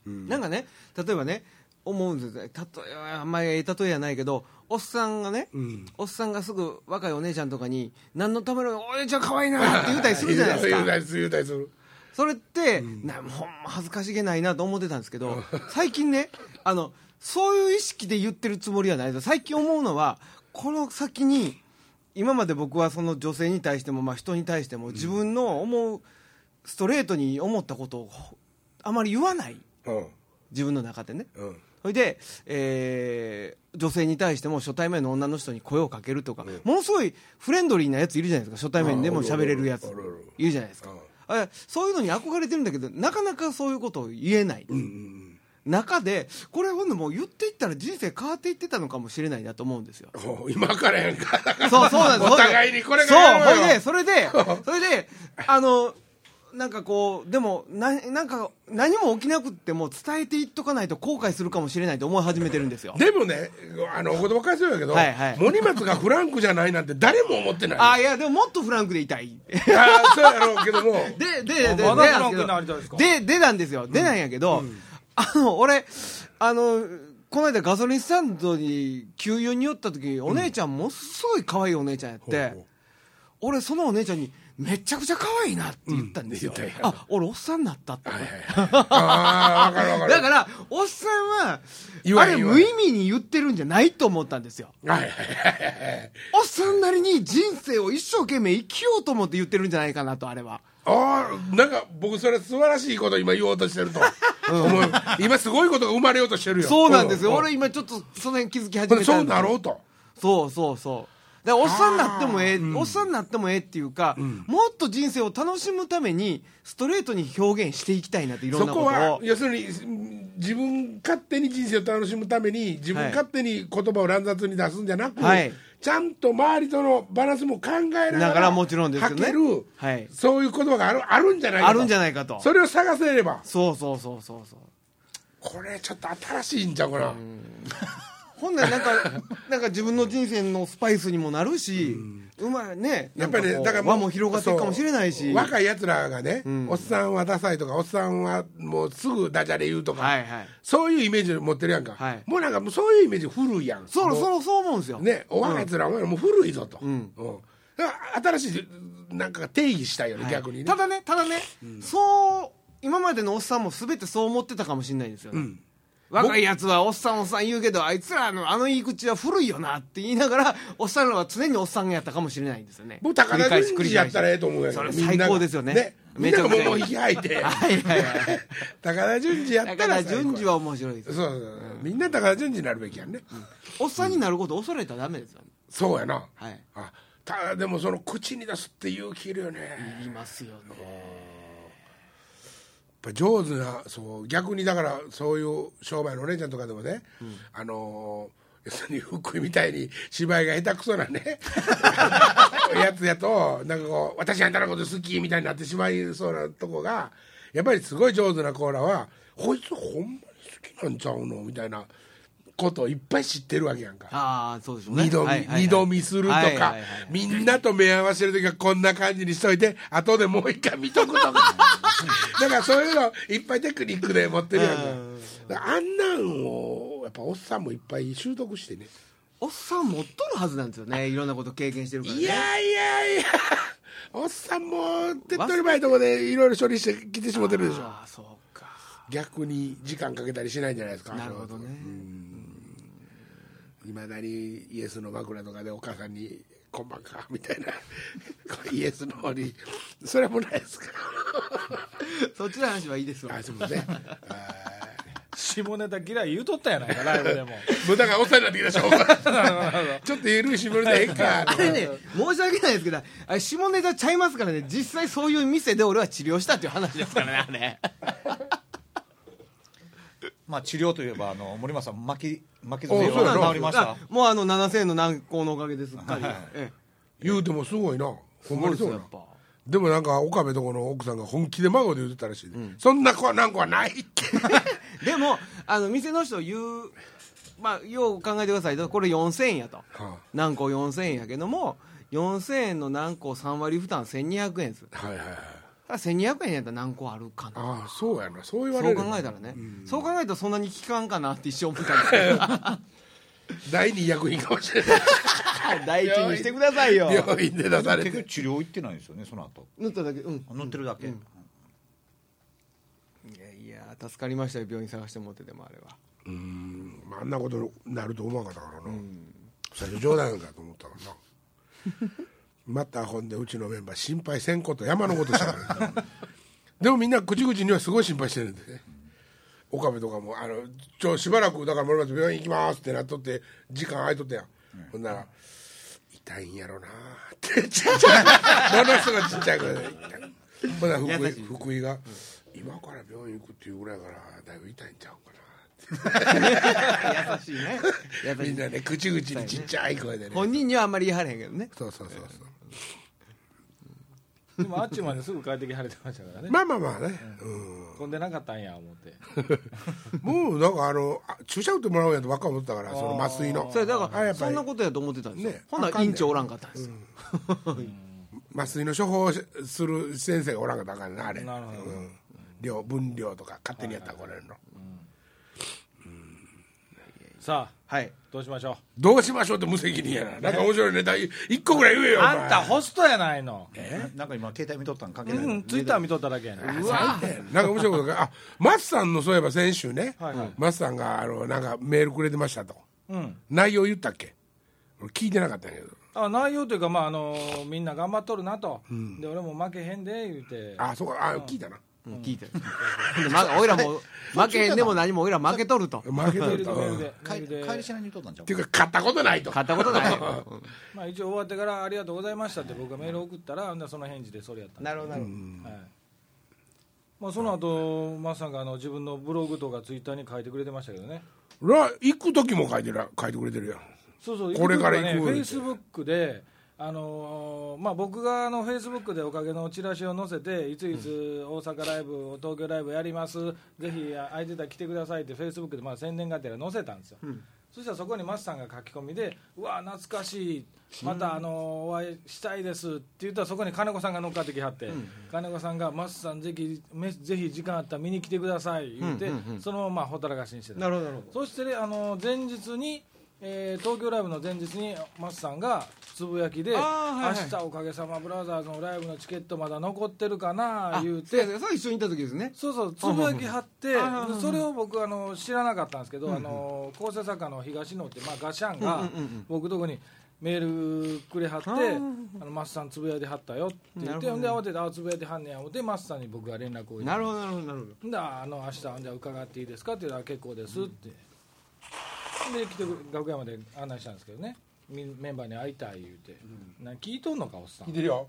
Speaker 3: なんかね例えばね思うんですよね例えばあんまりええ例えやないけどおっさんがね、おっさんがすぐ若いお姉ちゃんとかに何のためのお姉ちゃん可愛いなって言うたりするじ ゃないです
Speaker 1: 言うた
Speaker 3: か
Speaker 1: りする言うたりする
Speaker 3: それって、なほんま恥ずかしげないなと思ってたんですけど最近ねあのそういう意識で言ってるつもりはないです最近思うのはこの先に今まで僕はその女性に対しても、まあ、人に対しても自分の思うストレートに思ったことをほあまり言わない自分の中でね、
Speaker 1: うんうん
Speaker 3: それで、えー女性に対しても初対面の女の人に声をかけるとか、ものすごいフレンドリーなやついるじゃないですか初対面でも喋れるやついるじゃないですか、あそういうのに憧れてるんだけどなかなかそういうことを言えない、中でこれほんでもう言っていったら人生変わっていってたのかもしれないなと思うんですよ
Speaker 1: ほう今からやんか
Speaker 3: そうそうなんで す
Speaker 1: お互いにこれ
Speaker 3: そう
Speaker 1: がやろうよ
Speaker 3: それ でそれでそれであのなんかこうでもななんか何も起きなくっても伝えていっとかないと後悔するかもしれないと思い始めてるんですよ
Speaker 1: でもねあのお言葉返すようやけど、
Speaker 3: はいはい
Speaker 1: 森松がフランクじゃないなんて誰も思 ってない
Speaker 3: あいやでももっとフランクでいたいで
Speaker 1: ああそうやろうけども
Speaker 3: でででで
Speaker 2: まだ
Speaker 3: なん
Speaker 2: フランクになりたいですか
Speaker 3: ででなんですよでなんやけど、あの俺あのこの間ガソリンスタンドに給油に寄った時お姉ちゃんものすごい可愛いお姉ちゃんやって、
Speaker 1: ほうほう
Speaker 3: 俺そのお姉ちゃんにめちゃくちゃ可愛いなって言ったんですよ、
Speaker 1: うん言ったんや
Speaker 3: あ俺おっさんになったって、
Speaker 1: ああ分かる分かる
Speaker 3: だからおっさんは
Speaker 1: 言
Speaker 3: あ
Speaker 1: わん
Speaker 3: れ
Speaker 1: 言わん
Speaker 3: 無意味に言ってるんじゃないと思ったんですよ
Speaker 1: はいはいはいはい
Speaker 3: おっさんなりに人生を一生懸命生きようと思って言ってるんじゃないかなとあれは
Speaker 1: ああなんか僕それ素晴らしいこと今言おうとしてると思う今すごいことが生まれようとしてるよ
Speaker 3: そうなんですよ、
Speaker 1: う
Speaker 3: 俺今ちょっとその辺気づき始
Speaker 1: ほ
Speaker 3: め
Speaker 1: んで
Speaker 3: たん
Speaker 1: そうなろうと
Speaker 3: そうそうそうだからおっさんになってもええ、おっさんになってもええっていうか、もっと人生を楽しむためにストレートに表現していきたいなっていろん
Speaker 1: そ
Speaker 3: なこと
Speaker 1: こ
Speaker 3: を
Speaker 1: は要するにうん自分勝手に人生を楽しむために自分
Speaker 3: はい
Speaker 1: 勝手に言葉を乱雑に出すんじゃなく、
Speaker 3: はい
Speaker 1: ちゃんと周りとのバランスも考えながら
Speaker 3: だからもちろんですよね
Speaker 1: 吐ける、
Speaker 3: はい
Speaker 1: そういう言葉があるあるんじゃないか
Speaker 3: あるんじゃ
Speaker 1: ない
Speaker 3: ないかと
Speaker 1: それを探せれば
Speaker 3: そうそうそうそうそう
Speaker 1: これちょっと新しいんじゃうかな、
Speaker 3: ほんならなんか なんか自分の人生のスパイスにもなるし、うまいね
Speaker 1: やっぱりね
Speaker 3: なん
Speaker 1: だから
Speaker 3: こう輪も広がっていくかもしれないし
Speaker 1: そう若いやつらがね、おっさんはダサいとかおっさんはもうすぐダジャレ言うとか、
Speaker 3: はいはい
Speaker 1: そういうイメージを持ってるやんか、
Speaker 3: はい
Speaker 1: もうなんかもうそういうイメージ古いやん
Speaker 3: そう
Speaker 1: もう
Speaker 3: そうそう思うんですよ、
Speaker 1: ねお若いやつらはお前らもう古いぞと、うんだから新しいなんか定義したいよね、
Speaker 3: はい
Speaker 1: 逆にね
Speaker 3: ただねただね、そう今までのおっさんも全てそう思ってたかもしれないですよね、若いやつはおっさんおっさん言うけどあいつらのあの言い口は古いよなって言いながらおっさんらは常におっさんがやったかもしれないんですよね
Speaker 1: 僕高田
Speaker 3: 繰り返し
Speaker 1: 純次やったらええと思うやん
Speaker 3: それ
Speaker 1: みんなが
Speaker 3: 最高ですよね
Speaker 1: みんながも
Speaker 3: め
Speaker 1: う
Speaker 3: ちゃくちゃ
Speaker 1: もう引き吐いて
Speaker 3: はいはいはい
Speaker 1: 高田純次やった
Speaker 3: だからら
Speaker 1: 最高
Speaker 3: 順次は面白いで
Speaker 1: そう
Speaker 3: す
Speaker 1: そうそう、みんな高田純次になるべきやんね、
Speaker 3: おっさんになること恐れたらダメですよね
Speaker 1: そうやな、
Speaker 3: はい
Speaker 1: あただでもその口に出すって勇気いるよねやっ
Speaker 3: 言いますよね
Speaker 1: ぱ上手なそう逆にだからそういう商売のお姉ちゃんとかでもね、あのー要するに福井みたいに芝居が下手くそな ねやつやとなんかこう私あんたのこと好きみたいになってしまいそうなとこがやっぱりすごい上手なコーラはこいつほんまに好きなんちゃうのみたいなことをいっぱい知ってるわけやんか
Speaker 3: ああそうでしょうね
Speaker 1: 二度見、
Speaker 3: はいはいはい
Speaker 1: 二度見するとか、
Speaker 3: はいはいはい
Speaker 1: みんなと目合わせるときはこんな感じにしといて、後でもう一回見とく とか。だからそういうのいっぱいテクニックで持ってるやんか
Speaker 3: うん
Speaker 1: だからあんなんを、やっぱおっさんもいっぱい習得してね。
Speaker 3: おっさん持っとるはずなんですよねいろんなこと経験してるから、ね、
Speaker 1: いやいやいや、おっさんも手っ取り早いとこでいろいろ処理してきてしもてるでしょ。
Speaker 3: ああそうか
Speaker 1: 逆に時間かけたりしないんじゃないですか。
Speaker 3: なるほどね、
Speaker 1: いまだにイエスの枕とかでお母さんに「こんばんか」みた いなこれイエスの方にそれもないですか
Speaker 3: そっちの話はいいですわ
Speaker 1: あそうですねあ
Speaker 2: 下ネタ嫌い言うとったやないかライブでも
Speaker 1: ーもうだからおっさんになってきたでしょちょっと緩い絞りでええか
Speaker 3: あれね申し訳ないですけどあれ下ネタちゃいますからね実際そういう店で俺は治療したっていう話ですからねあれ
Speaker 4: まあ治療といえばあの森松さん巻き巻き
Speaker 1: お
Speaker 4: 爪
Speaker 1: そうやろ
Speaker 4: が治りました
Speaker 3: あもうあの7000円の難航のおかげですっかり、え
Speaker 1: 言うてもすごいなほん
Speaker 3: えそ
Speaker 1: まに
Speaker 3: うです
Speaker 1: そ
Speaker 3: よ
Speaker 1: う
Speaker 3: やっ
Speaker 1: な
Speaker 3: ぱ
Speaker 1: でもなんか岡部とこの奥さんが本気で孫で言ってたらしいで、そんな子は何個はないって
Speaker 3: でもあの店の人言うまあよう考えてくださいこれ4000円やと
Speaker 1: は
Speaker 3: 難航4000円やけども4000円の難航3割負担1200円です
Speaker 1: あはいはいはい
Speaker 3: あ1200円やったら何個あるかな
Speaker 1: ああそうやなそう言わ
Speaker 3: そ
Speaker 1: れ
Speaker 3: う
Speaker 1: る
Speaker 3: 考えたらね、そう考えたらそんなに効かんかなって一生思ったんですけど
Speaker 1: 第二薬品かもしれない
Speaker 3: 第一にしてくださいよ
Speaker 1: 病院で出され
Speaker 4: 結
Speaker 1: て
Speaker 4: 局治療行ってないんですよねその後
Speaker 3: 塗っただけうん
Speaker 4: 乗ってるだけ、
Speaker 3: いやいや助かりましたよ病院探してもってでもあれは
Speaker 1: うんあんなことになると思わなかったからな、最初冗談やんかと思ったからなまたほんでうちのメンバー心配せんこと山のことしたからねでもみんな口々にはすごい心配してるんでね岡部とかもあのちょしばらくだから森松病院行きますってなっとって時間空いとったやん、ほんなら「痛いんやろな」ってちっちゃいものすごいちっちゃい声で痛いほんなら福井福井が、今から病院行くっていうぐらいやからだいぶ痛いんちゃうかな」
Speaker 3: 優しいね優
Speaker 1: み
Speaker 3: しい
Speaker 1: んなね口々にちっちゃい声でね
Speaker 3: 本人にはあんまり言い張れへんけどね
Speaker 1: そうそうそうそう、
Speaker 2: でもあっちまですぐ帰ってきはれてましたからね
Speaker 1: まあまあまあね、うん
Speaker 2: 混んでなかったんや思って
Speaker 1: もうなんかあのあ注射打ってもらうんやとばっか思ってたからその麻酔の
Speaker 3: それだか
Speaker 1: あや
Speaker 3: ら
Speaker 1: っぱ
Speaker 3: そん
Speaker 1: り
Speaker 3: なことやと思ってたんですよ、
Speaker 1: ね
Speaker 3: ほんなら院長おらんかったんですよ、
Speaker 1: 麻酔の処方をしする先生がおらんかったからなあれ
Speaker 2: なるほど
Speaker 1: うん、量分量とか勝手にやったらこれるの、
Speaker 2: さあ
Speaker 3: はい
Speaker 2: どうしましょ
Speaker 1: どうしましょうって無責任やななんか面白いネタい一個ぐらい言え
Speaker 2: う
Speaker 1: よお前
Speaker 2: あんたホストやないの
Speaker 4: なんか今携帯見とったん関係
Speaker 2: う
Speaker 4: ない、
Speaker 2: んツイッター見とっただけやねん
Speaker 1: なんか面白いことがあマスさんのそういえば先週ね、
Speaker 2: はいはい
Speaker 1: マスさんがあのなんかメールくれてましたと
Speaker 2: うん
Speaker 1: 内容言ったっけ俺聞いてなかったんやけど
Speaker 2: あ内容というか、まああのみんな頑張っとるなと、で俺も負けへんで言うて、
Speaker 1: あそうかあ聞いたな
Speaker 3: うん聞いてる。でま おいらも、負けへんでも何もおいら負けとると。
Speaker 1: 負け
Speaker 2: メ
Speaker 1: て
Speaker 2: ー
Speaker 1: る
Speaker 2: ルで
Speaker 1: と
Speaker 2: メー
Speaker 1: っ
Speaker 2: ルでメール
Speaker 4: 帰
Speaker 2: で
Speaker 4: 帰りしないに言うとったんじゃ
Speaker 1: て
Speaker 4: ん
Speaker 1: いうか勝ったことないと
Speaker 3: 買ったことない。
Speaker 2: まあ、一応終わってからありがとうございましたって僕がメール送ったら、ほんならその返事でそれやったんで
Speaker 3: る ほど、なるほど。
Speaker 2: はいまあ、その後まさかあの自分のブログとかツイッターに書いてくれてましたけどね
Speaker 1: ら行く時も書いてる書いてくれてるやん
Speaker 2: そうそう
Speaker 1: これから行
Speaker 2: フ
Speaker 1: く
Speaker 2: ェイスブックであのーまあ、僕があのフェイスブックでおかげのチラシを載せていついつ大阪ライブ、東京ライブやりますぜひ空いてたら来てくださいってフェイスブックでまあ宣伝がてら載せたんですよ、そしたらそこにマスさんが書き込みでうわ懐かしいまたあのお会いしたいですって言ったらそこに金子さんが乗っかってきはって、金子さんがマスさんぜひめぜひ時間あったら見に来てください言って、そのままほったらかしにしてた
Speaker 3: なるほど、なるほ
Speaker 2: そ
Speaker 3: ど。
Speaker 2: してね、あの前日に、えー東京ライブの前日にマスさんがつぶやきで、
Speaker 3: あーはいはい
Speaker 2: 明日おかげさまブラザーズのライブのチケットまだ残ってるかな
Speaker 3: あ、
Speaker 2: 言
Speaker 3: 言
Speaker 2: う
Speaker 3: う
Speaker 2: て
Speaker 3: て、そう一緒にいた時ですね。
Speaker 2: そうそうつぶやき貼って
Speaker 3: あはいはいはい
Speaker 2: それを僕あの知らなかったんですけど、あの構成作家の東野って、まあ、ガシャンが、僕とこにメールくれはって「
Speaker 3: あ
Speaker 2: あ
Speaker 3: ー
Speaker 2: のマスさんつぶやいてはったよ」って言
Speaker 3: な
Speaker 2: っ
Speaker 3: る
Speaker 2: てほ
Speaker 3: ほど
Speaker 2: んで慌てて「あつぶやいてはんねや」思ってマスさんに僕が連絡を入れて
Speaker 3: なるほど、なるほど、なるほど。
Speaker 2: であの明日じゃあ伺っていいですかって言うたら結構ですって、で来てく楽屋まで案内したんですけどねみメンバーに会いたい言うて、な聞いとんのかおっさん
Speaker 1: 聞いてるよ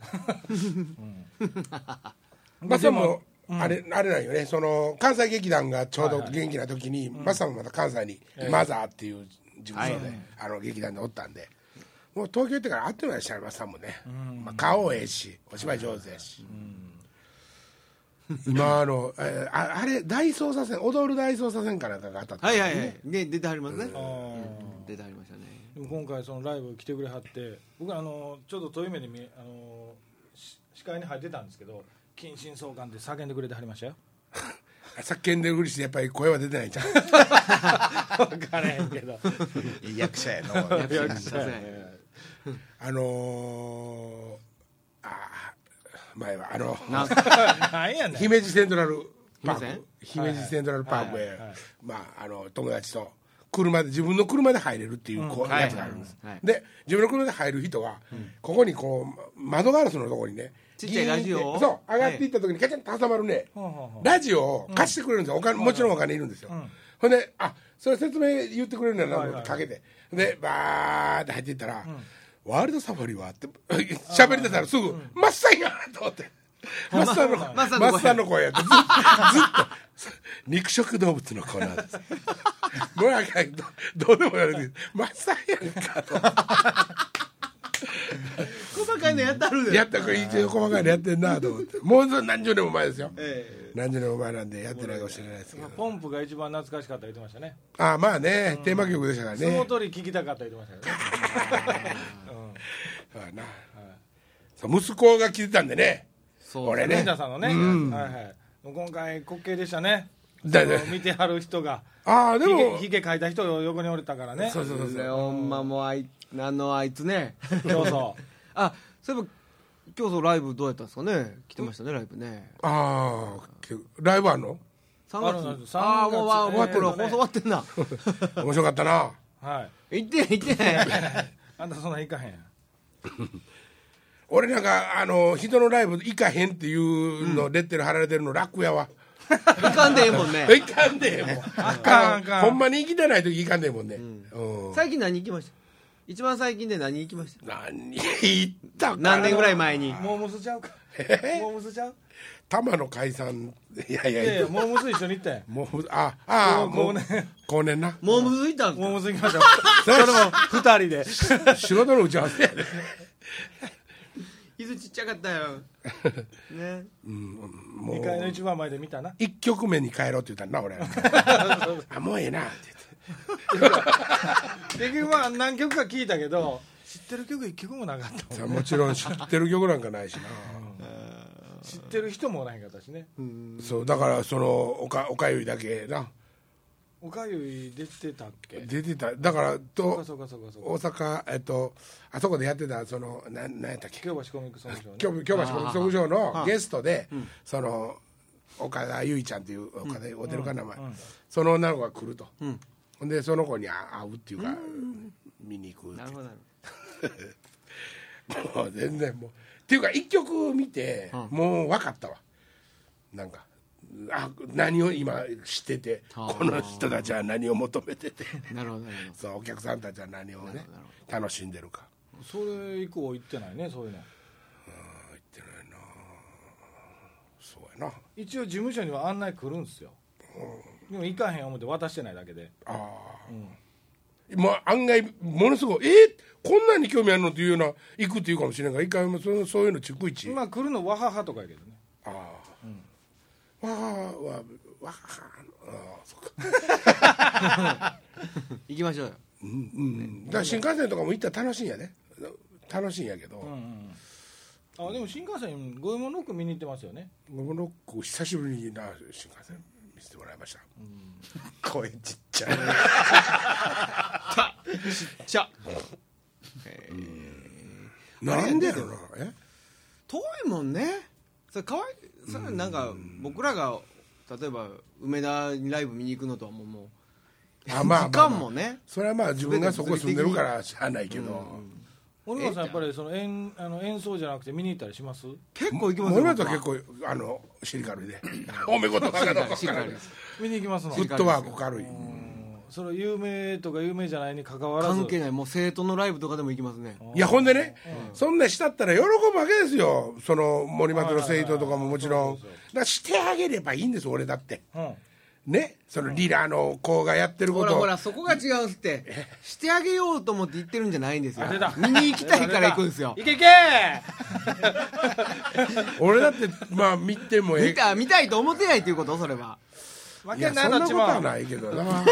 Speaker 1: まあで
Speaker 2: まあでも
Speaker 1: もあれあれなんよねその関西劇団がちょうど元気な時にマスさんもまた関西にマザーっていう事務所であの劇団でおったんでもう東京行ってから会ってないしゃマスさんもねまあ顔ええしお芝居上手やし今あのえーああれ大捜査線踊る大捜査線かなんかが当たって
Speaker 3: はいはいはい。で、出てはりますね。
Speaker 2: あー
Speaker 3: 出てはりましたね。
Speaker 2: でも今回そのライブ来てくれはって僕あのちょっと遠い目に見えあのし視界に入ってたんですけど近親相関って叫んでくれてはりましたよ
Speaker 1: 叫んでるふりしてやっぱり声は出てないじゃん
Speaker 2: 分からへんけど
Speaker 4: 役者やの
Speaker 3: さすがに
Speaker 1: あのー、あー前はあの
Speaker 3: なんす
Speaker 2: なんやねん
Speaker 1: 姫路セントラルパーク姫
Speaker 2: 姫路
Speaker 1: 路
Speaker 2: ね
Speaker 1: セントラルパーク
Speaker 2: はいはいは
Speaker 1: へ
Speaker 2: い
Speaker 1: まああの友達と車で自分の車で入れるっていうこう
Speaker 3: はい
Speaker 1: やつがあるんです、
Speaker 3: はいはい
Speaker 1: で自分の車で入る人は、ここにこうま窓ガラスのところにね
Speaker 3: ちっちゃいラジオ
Speaker 1: ギーンってそう上がっていった時にカチャンと挟まるね、
Speaker 2: ほうほうほう
Speaker 1: ラジオを貸してくれるんですよ、お金もちろんお金いるんですよ、ほんであそれ説明言ってくれるんだなと思ってかけて、でバーって入っていったら、ワールドサファリは?」って 喋り出したらすぐ「マッサンや!」と思って。マッサンの
Speaker 3: マッサンの声
Speaker 1: マッサンの声やってずっとず っと肉食動物のコーナーですもうなんかどどうでもやるマッサンやんかと
Speaker 3: 細かいのやったるで。
Speaker 1: やったこれ一応細かいのやってんなと思ってもう何十年も前ですよ、
Speaker 3: え
Speaker 1: 何十年も前なんでやってないかもしれないですけど
Speaker 2: ポンプが一番懐かしかった言ってましたね
Speaker 1: ああまあね、テーマ曲でしたから
Speaker 2: その
Speaker 1: ね
Speaker 2: 通り聞きたかった言ってましたよね
Speaker 1: そうやな、そう息子が聞いてたんでね
Speaker 3: そう。
Speaker 1: 俺
Speaker 2: ね、
Speaker 1: ね
Speaker 2: 田さんのね、はいはい、もう今回滑稽でしたね
Speaker 1: だよね
Speaker 2: その見てはる人が
Speaker 1: ああで
Speaker 2: ひ
Speaker 1: も
Speaker 2: げひげ描いた人を横におれたからね
Speaker 1: そうそうそう
Speaker 3: そ
Speaker 1: そう
Speaker 3: れほんまもうあい、あのあいつね。
Speaker 2: そうそう
Speaker 3: あ、そういえば、今日そのライブどうやったんですかね。来てましたね、ライブね。
Speaker 1: ああライブあんの
Speaker 3: 3
Speaker 2: あるのある
Speaker 3: 月。
Speaker 2: 3
Speaker 3: ああ、もうわ
Speaker 2: 月
Speaker 3: 終わってるわ。
Speaker 2: えー
Speaker 3: 放送終わってんな。
Speaker 1: 面白かったな
Speaker 2: はい
Speaker 3: 行ってない行ってない。
Speaker 2: あんたそんなんいかへん
Speaker 1: 俺なんかあの人のライブ行かへんっていうのレッテル貼られてるの楽やわ、
Speaker 3: 行かんでええもんね。
Speaker 1: 行かんでええもん
Speaker 2: あかんあかん
Speaker 1: ほんまに行きたない時行かんでええもんね、うん
Speaker 3: 最近何行きました一番最近で何行きました
Speaker 1: 何行ったか
Speaker 3: 何年ぐらい前に
Speaker 2: もうむすちゃうかもうむすちゃう
Speaker 1: 玉の解散いやいや
Speaker 2: い
Speaker 1: いや、
Speaker 2: やいやもうむす一緒に行った やん
Speaker 1: もうあああ
Speaker 2: もう
Speaker 1: もう
Speaker 2: もうね
Speaker 1: 後年な
Speaker 3: もうむずいたん
Speaker 2: もうむ
Speaker 3: か
Speaker 2: す行きましょうそれも二人で
Speaker 1: 仕事の打ち合わせや で
Speaker 3: 伊豆ちっちゃかったや んね
Speaker 1: もう
Speaker 2: 2階の一番前で見たな
Speaker 1: 一曲目に帰ろうって言ったんだな 俺あもうええなって
Speaker 2: 結局まあ何曲か聞いたけど知ってる曲一曲もなかった
Speaker 1: 言ってもちろん知ってる曲なんかないしな
Speaker 2: 知ってる人もおらへんかったしね
Speaker 1: そうだからそのおかおかゆいだけな
Speaker 2: おかゆい出てたっけ
Speaker 1: 出てただから
Speaker 2: そうか
Speaker 1: と
Speaker 2: そうかそうかそうか
Speaker 1: 大阪えっとあそこでやってたそのななんやったっけ
Speaker 2: 今日は仕込みくその人ね
Speaker 1: 京京橋国際劇場のゲストでその岡田結衣ちゃんっていう岡田おてるか名前その女の子が来るとほんでその子に会うっていうか見に行くって
Speaker 3: なるほ
Speaker 1: もう
Speaker 3: どなる
Speaker 1: 全然もうっていうか一曲見て、もう分かったわなんかあ何を今知ってて
Speaker 3: あー
Speaker 1: この人たちは何を求めてて
Speaker 3: なるほどなるほ
Speaker 1: そ
Speaker 3: ど
Speaker 1: うお客さんたちは何をね楽しんでるか
Speaker 2: それ以降行ってないねそうい
Speaker 1: 言っ
Speaker 2: うの
Speaker 1: てないなそうやな
Speaker 2: 一応事務所には案内来るんですよでも行かへん思って渡してないだけで
Speaker 1: まあ、案外ものすごい「えーこんなに興味あるの?」っていうような行くっていうかもしれないから一回もそのそういうの逐一、
Speaker 2: まあ来るのわははとかやけどね
Speaker 1: ああ、わあわあわあああそっか
Speaker 3: 行きましょうよ
Speaker 1: うんうんだから新幹線とかも行ったら楽しいんやね楽しいんやけど、
Speaker 2: あでも新幹線五右衛門ロック見に行ってますよね
Speaker 1: 僕の子久しぶりにな新幹線見せてもらいました、
Speaker 4: 声ちっちゃ い
Speaker 3: じゃあ
Speaker 1: なんでやろなえ
Speaker 3: 遠いもんねそれかわいそれなんか僕らが例えば梅田にライブ見に行くのとはもうもう
Speaker 1: あまあ
Speaker 3: 時間もね
Speaker 1: それはまあ自分がそこ住んでるからしゃあないけど、
Speaker 2: 森本さんやっぱりその演あの演奏じゃなくて見に行ったりします
Speaker 3: 結構行きます
Speaker 1: 森
Speaker 3: よ
Speaker 1: 松は
Speaker 3: 僕
Speaker 1: 結
Speaker 3: は
Speaker 1: 構あのシリカ ルでおめ事かどうか
Speaker 3: シリカルです
Speaker 2: 見に行きますの
Speaker 1: フットワーク軽い
Speaker 2: その有名とか有名じゃないに関わらず
Speaker 3: 関係ないもう生徒のライブとかでも行きますね
Speaker 1: いやほんでね、そんなしたったら喜ぶわけですよその森松の生徒とかももちろんだからしてあげればいいんです俺だって
Speaker 2: うん
Speaker 1: ねそのリラの子がやってるこ
Speaker 3: ほら
Speaker 1: とを
Speaker 3: ほらそこが違うっすって してあげようと思って行ってるんじゃないんですよ
Speaker 2: あ出た
Speaker 3: 見に行きたいから行くん ですよ
Speaker 2: 行け行け
Speaker 1: 俺だってまあ見てもえ
Speaker 3: 見
Speaker 1: え
Speaker 3: た見たいと思ってないっていうことそれは
Speaker 2: 負
Speaker 1: いや
Speaker 2: けん
Speaker 1: そ
Speaker 2: なん
Speaker 1: なこ
Speaker 2: どっち
Speaker 1: と
Speaker 2: も
Speaker 1: はないけどな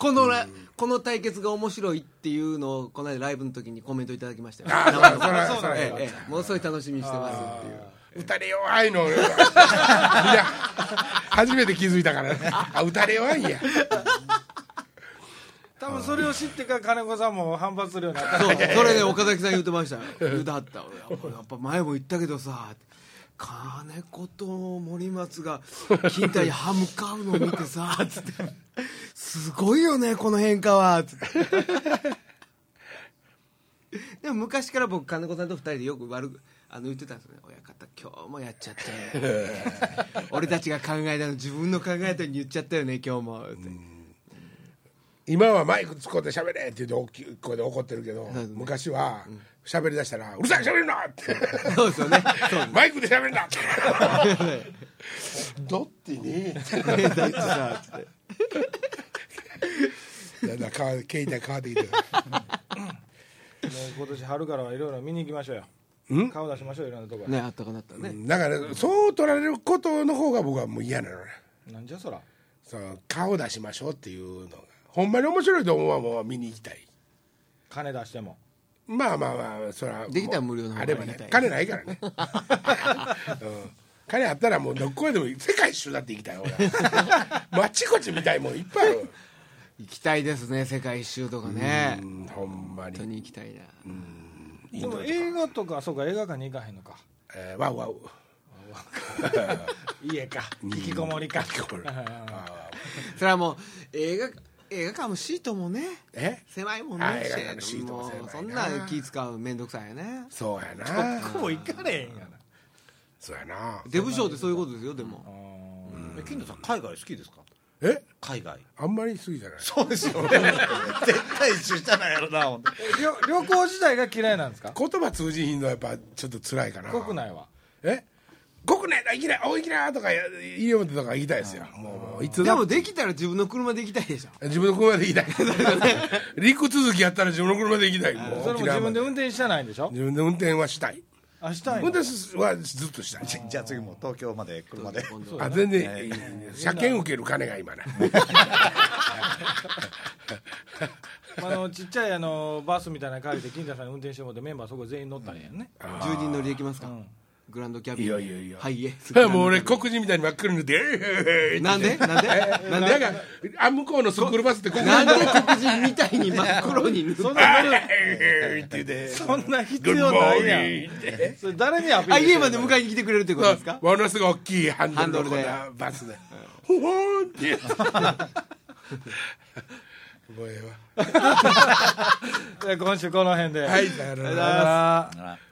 Speaker 3: このらこの対決が面白いっていうのをこの間ライブの時にコメントいただきましたよ
Speaker 1: あそうだそらそら
Speaker 3: ええええものすごい楽しみにしてますっていう
Speaker 1: 打たれ弱いの 俺はいや初めて気づいたからねあ打たれ弱いんや
Speaker 2: 多分それを知ってから金子さんも反発するようになった
Speaker 3: そうそれで岡崎さん言ってましたよ言うてはった俺やっぱ前も言ったけどさ金子と森松が金太に歯向かうのを見てさつってすごいよねこの変化はつってでも昔から僕金子さんと二人でよく悪くあの言ってたんですよね親方今日もやっちゃったよね俺たちが考えたの自分の考えたように言っちゃったよね今日もって
Speaker 1: 今はマイク使って喋れって言って大きい声で怒ってるけど、昔は喋りだしたら「うるさい喋るな!」って
Speaker 3: そうですよね
Speaker 1: マイクで喋 るなって。どってね。
Speaker 3: だってさつっ て
Speaker 1: だんだん変わ携帯変わってきてる。
Speaker 2: もう今年春からはいろいろ見に行きましょうよ
Speaker 1: うん
Speaker 2: 顔出しましょういろんなとこ
Speaker 3: ねあったかなったね
Speaker 1: だからそう取られることの方が僕はもう嫌なのね。
Speaker 2: なんじゃそら
Speaker 1: その顔出しましょうっていうのがほんまに面白いと思うはもう見に行きたい。
Speaker 2: 金出しても
Speaker 1: まあまあまあそれは
Speaker 3: できたら無料の方が
Speaker 1: あれば
Speaker 3: 見
Speaker 1: ね
Speaker 3: たい
Speaker 1: 金ないからね。 うん金あったらもうどこへでも世界一周だって行きたい 俺は。もうあっちこっち見たいもんいっぱいある。
Speaker 3: 行きたいですね世界一周とかね
Speaker 1: う
Speaker 3: 本
Speaker 1: んほんま
Speaker 3: 当
Speaker 1: に。
Speaker 3: に行きたいな
Speaker 1: イン
Speaker 2: で
Speaker 1: ド
Speaker 2: も
Speaker 1: とか
Speaker 2: 映画とかそうか映画館に行かへんのか
Speaker 1: えーワウワウ。
Speaker 2: 家か引きこもりか
Speaker 1: これ
Speaker 3: それはもう映画映画館もシートもね
Speaker 1: え
Speaker 3: 狭いもん
Speaker 1: あ
Speaker 3: ね
Speaker 1: 映画館のシートも狭いな
Speaker 3: うそんな気使う面倒くさいよね
Speaker 1: そうやな。
Speaker 2: こう行かれへんやな
Speaker 1: そうやな。
Speaker 3: デブ賞ってそういうことですよでも
Speaker 4: え金田さん海外好きですか
Speaker 1: え
Speaker 4: 海外
Speaker 1: あんまり好きじゃない。
Speaker 4: そうですよね 絶対一緒じゃないやろなほんで
Speaker 2: え旅旅行自体が嫌いなんですか
Speaker 1: 言葉通じひんのはやっぱちょっと辛いかな。
Speaker 2: 国。内は
Speaker 1: え国内だ、行きな、お行きなとか、医療とか行きたいですよ。もう、もういつ
Speaker 3: で
Speaker 1: だ
Speaker 3: もできたら自分の車で行きたいでしょ
Speaker 1: 自分の車で行きたい。陸続きやったら自分の車で行きたい。もう
Speaker 2: それも
Speaker 1: 沖
Speaker 2: 自
Speaker 1: 縄ま
Speaker 2: 分で運転してないんでしょ
Speaker 1: 自分で運転はしたい。
Speaker 2: あしたい
Speaker 1: 運
Speaker 2: の
Speaker 1: 転すはずっとしたい。
Speaker 4: じゃあ次もう東京まで車で
Speaker 3: 今度
Speaker 1: あ全然、車検受ける金が今な。
Speaker 2: あのちっちゃいあのバスみたいなの借りて金田さんに運転してもらってメンバーそこ全員乗ったんやんね
Speaker 3: 10人乗りで行きますかグランドキャビン
Speaker 1: いやいやいや
Speaker 3: はいえ
Speaker 1: それはもう俺、黒人みたいに真っ黒に塗って、えーえー
Speaker 3: なんでなんでなんで
Speaker 1: なんか、あ、向こうのスクールバスってここ
Speaker 3: なんで黒人みたいに真っ黒に塗る
Speaker 1: えーって言って。
Speaker 2: そんな必要ないやんそれ誰にアピー
Speaker 3: あ
Speaker 2: ルして
Speaker 3: 家
Speaker 2: んの
Speaker 3: まで迎えに来てくれるってことですか
Speaker 1: ものすごい大きいハンドルのこんな
Speaker 3: ハ
Speaker 1: バスで。ほほーんって。もうええわ
Speaker 2: 今週この辺で。
Speaker 1: はいさよなら
Speaker 2: さよなら
Speaker 4: なら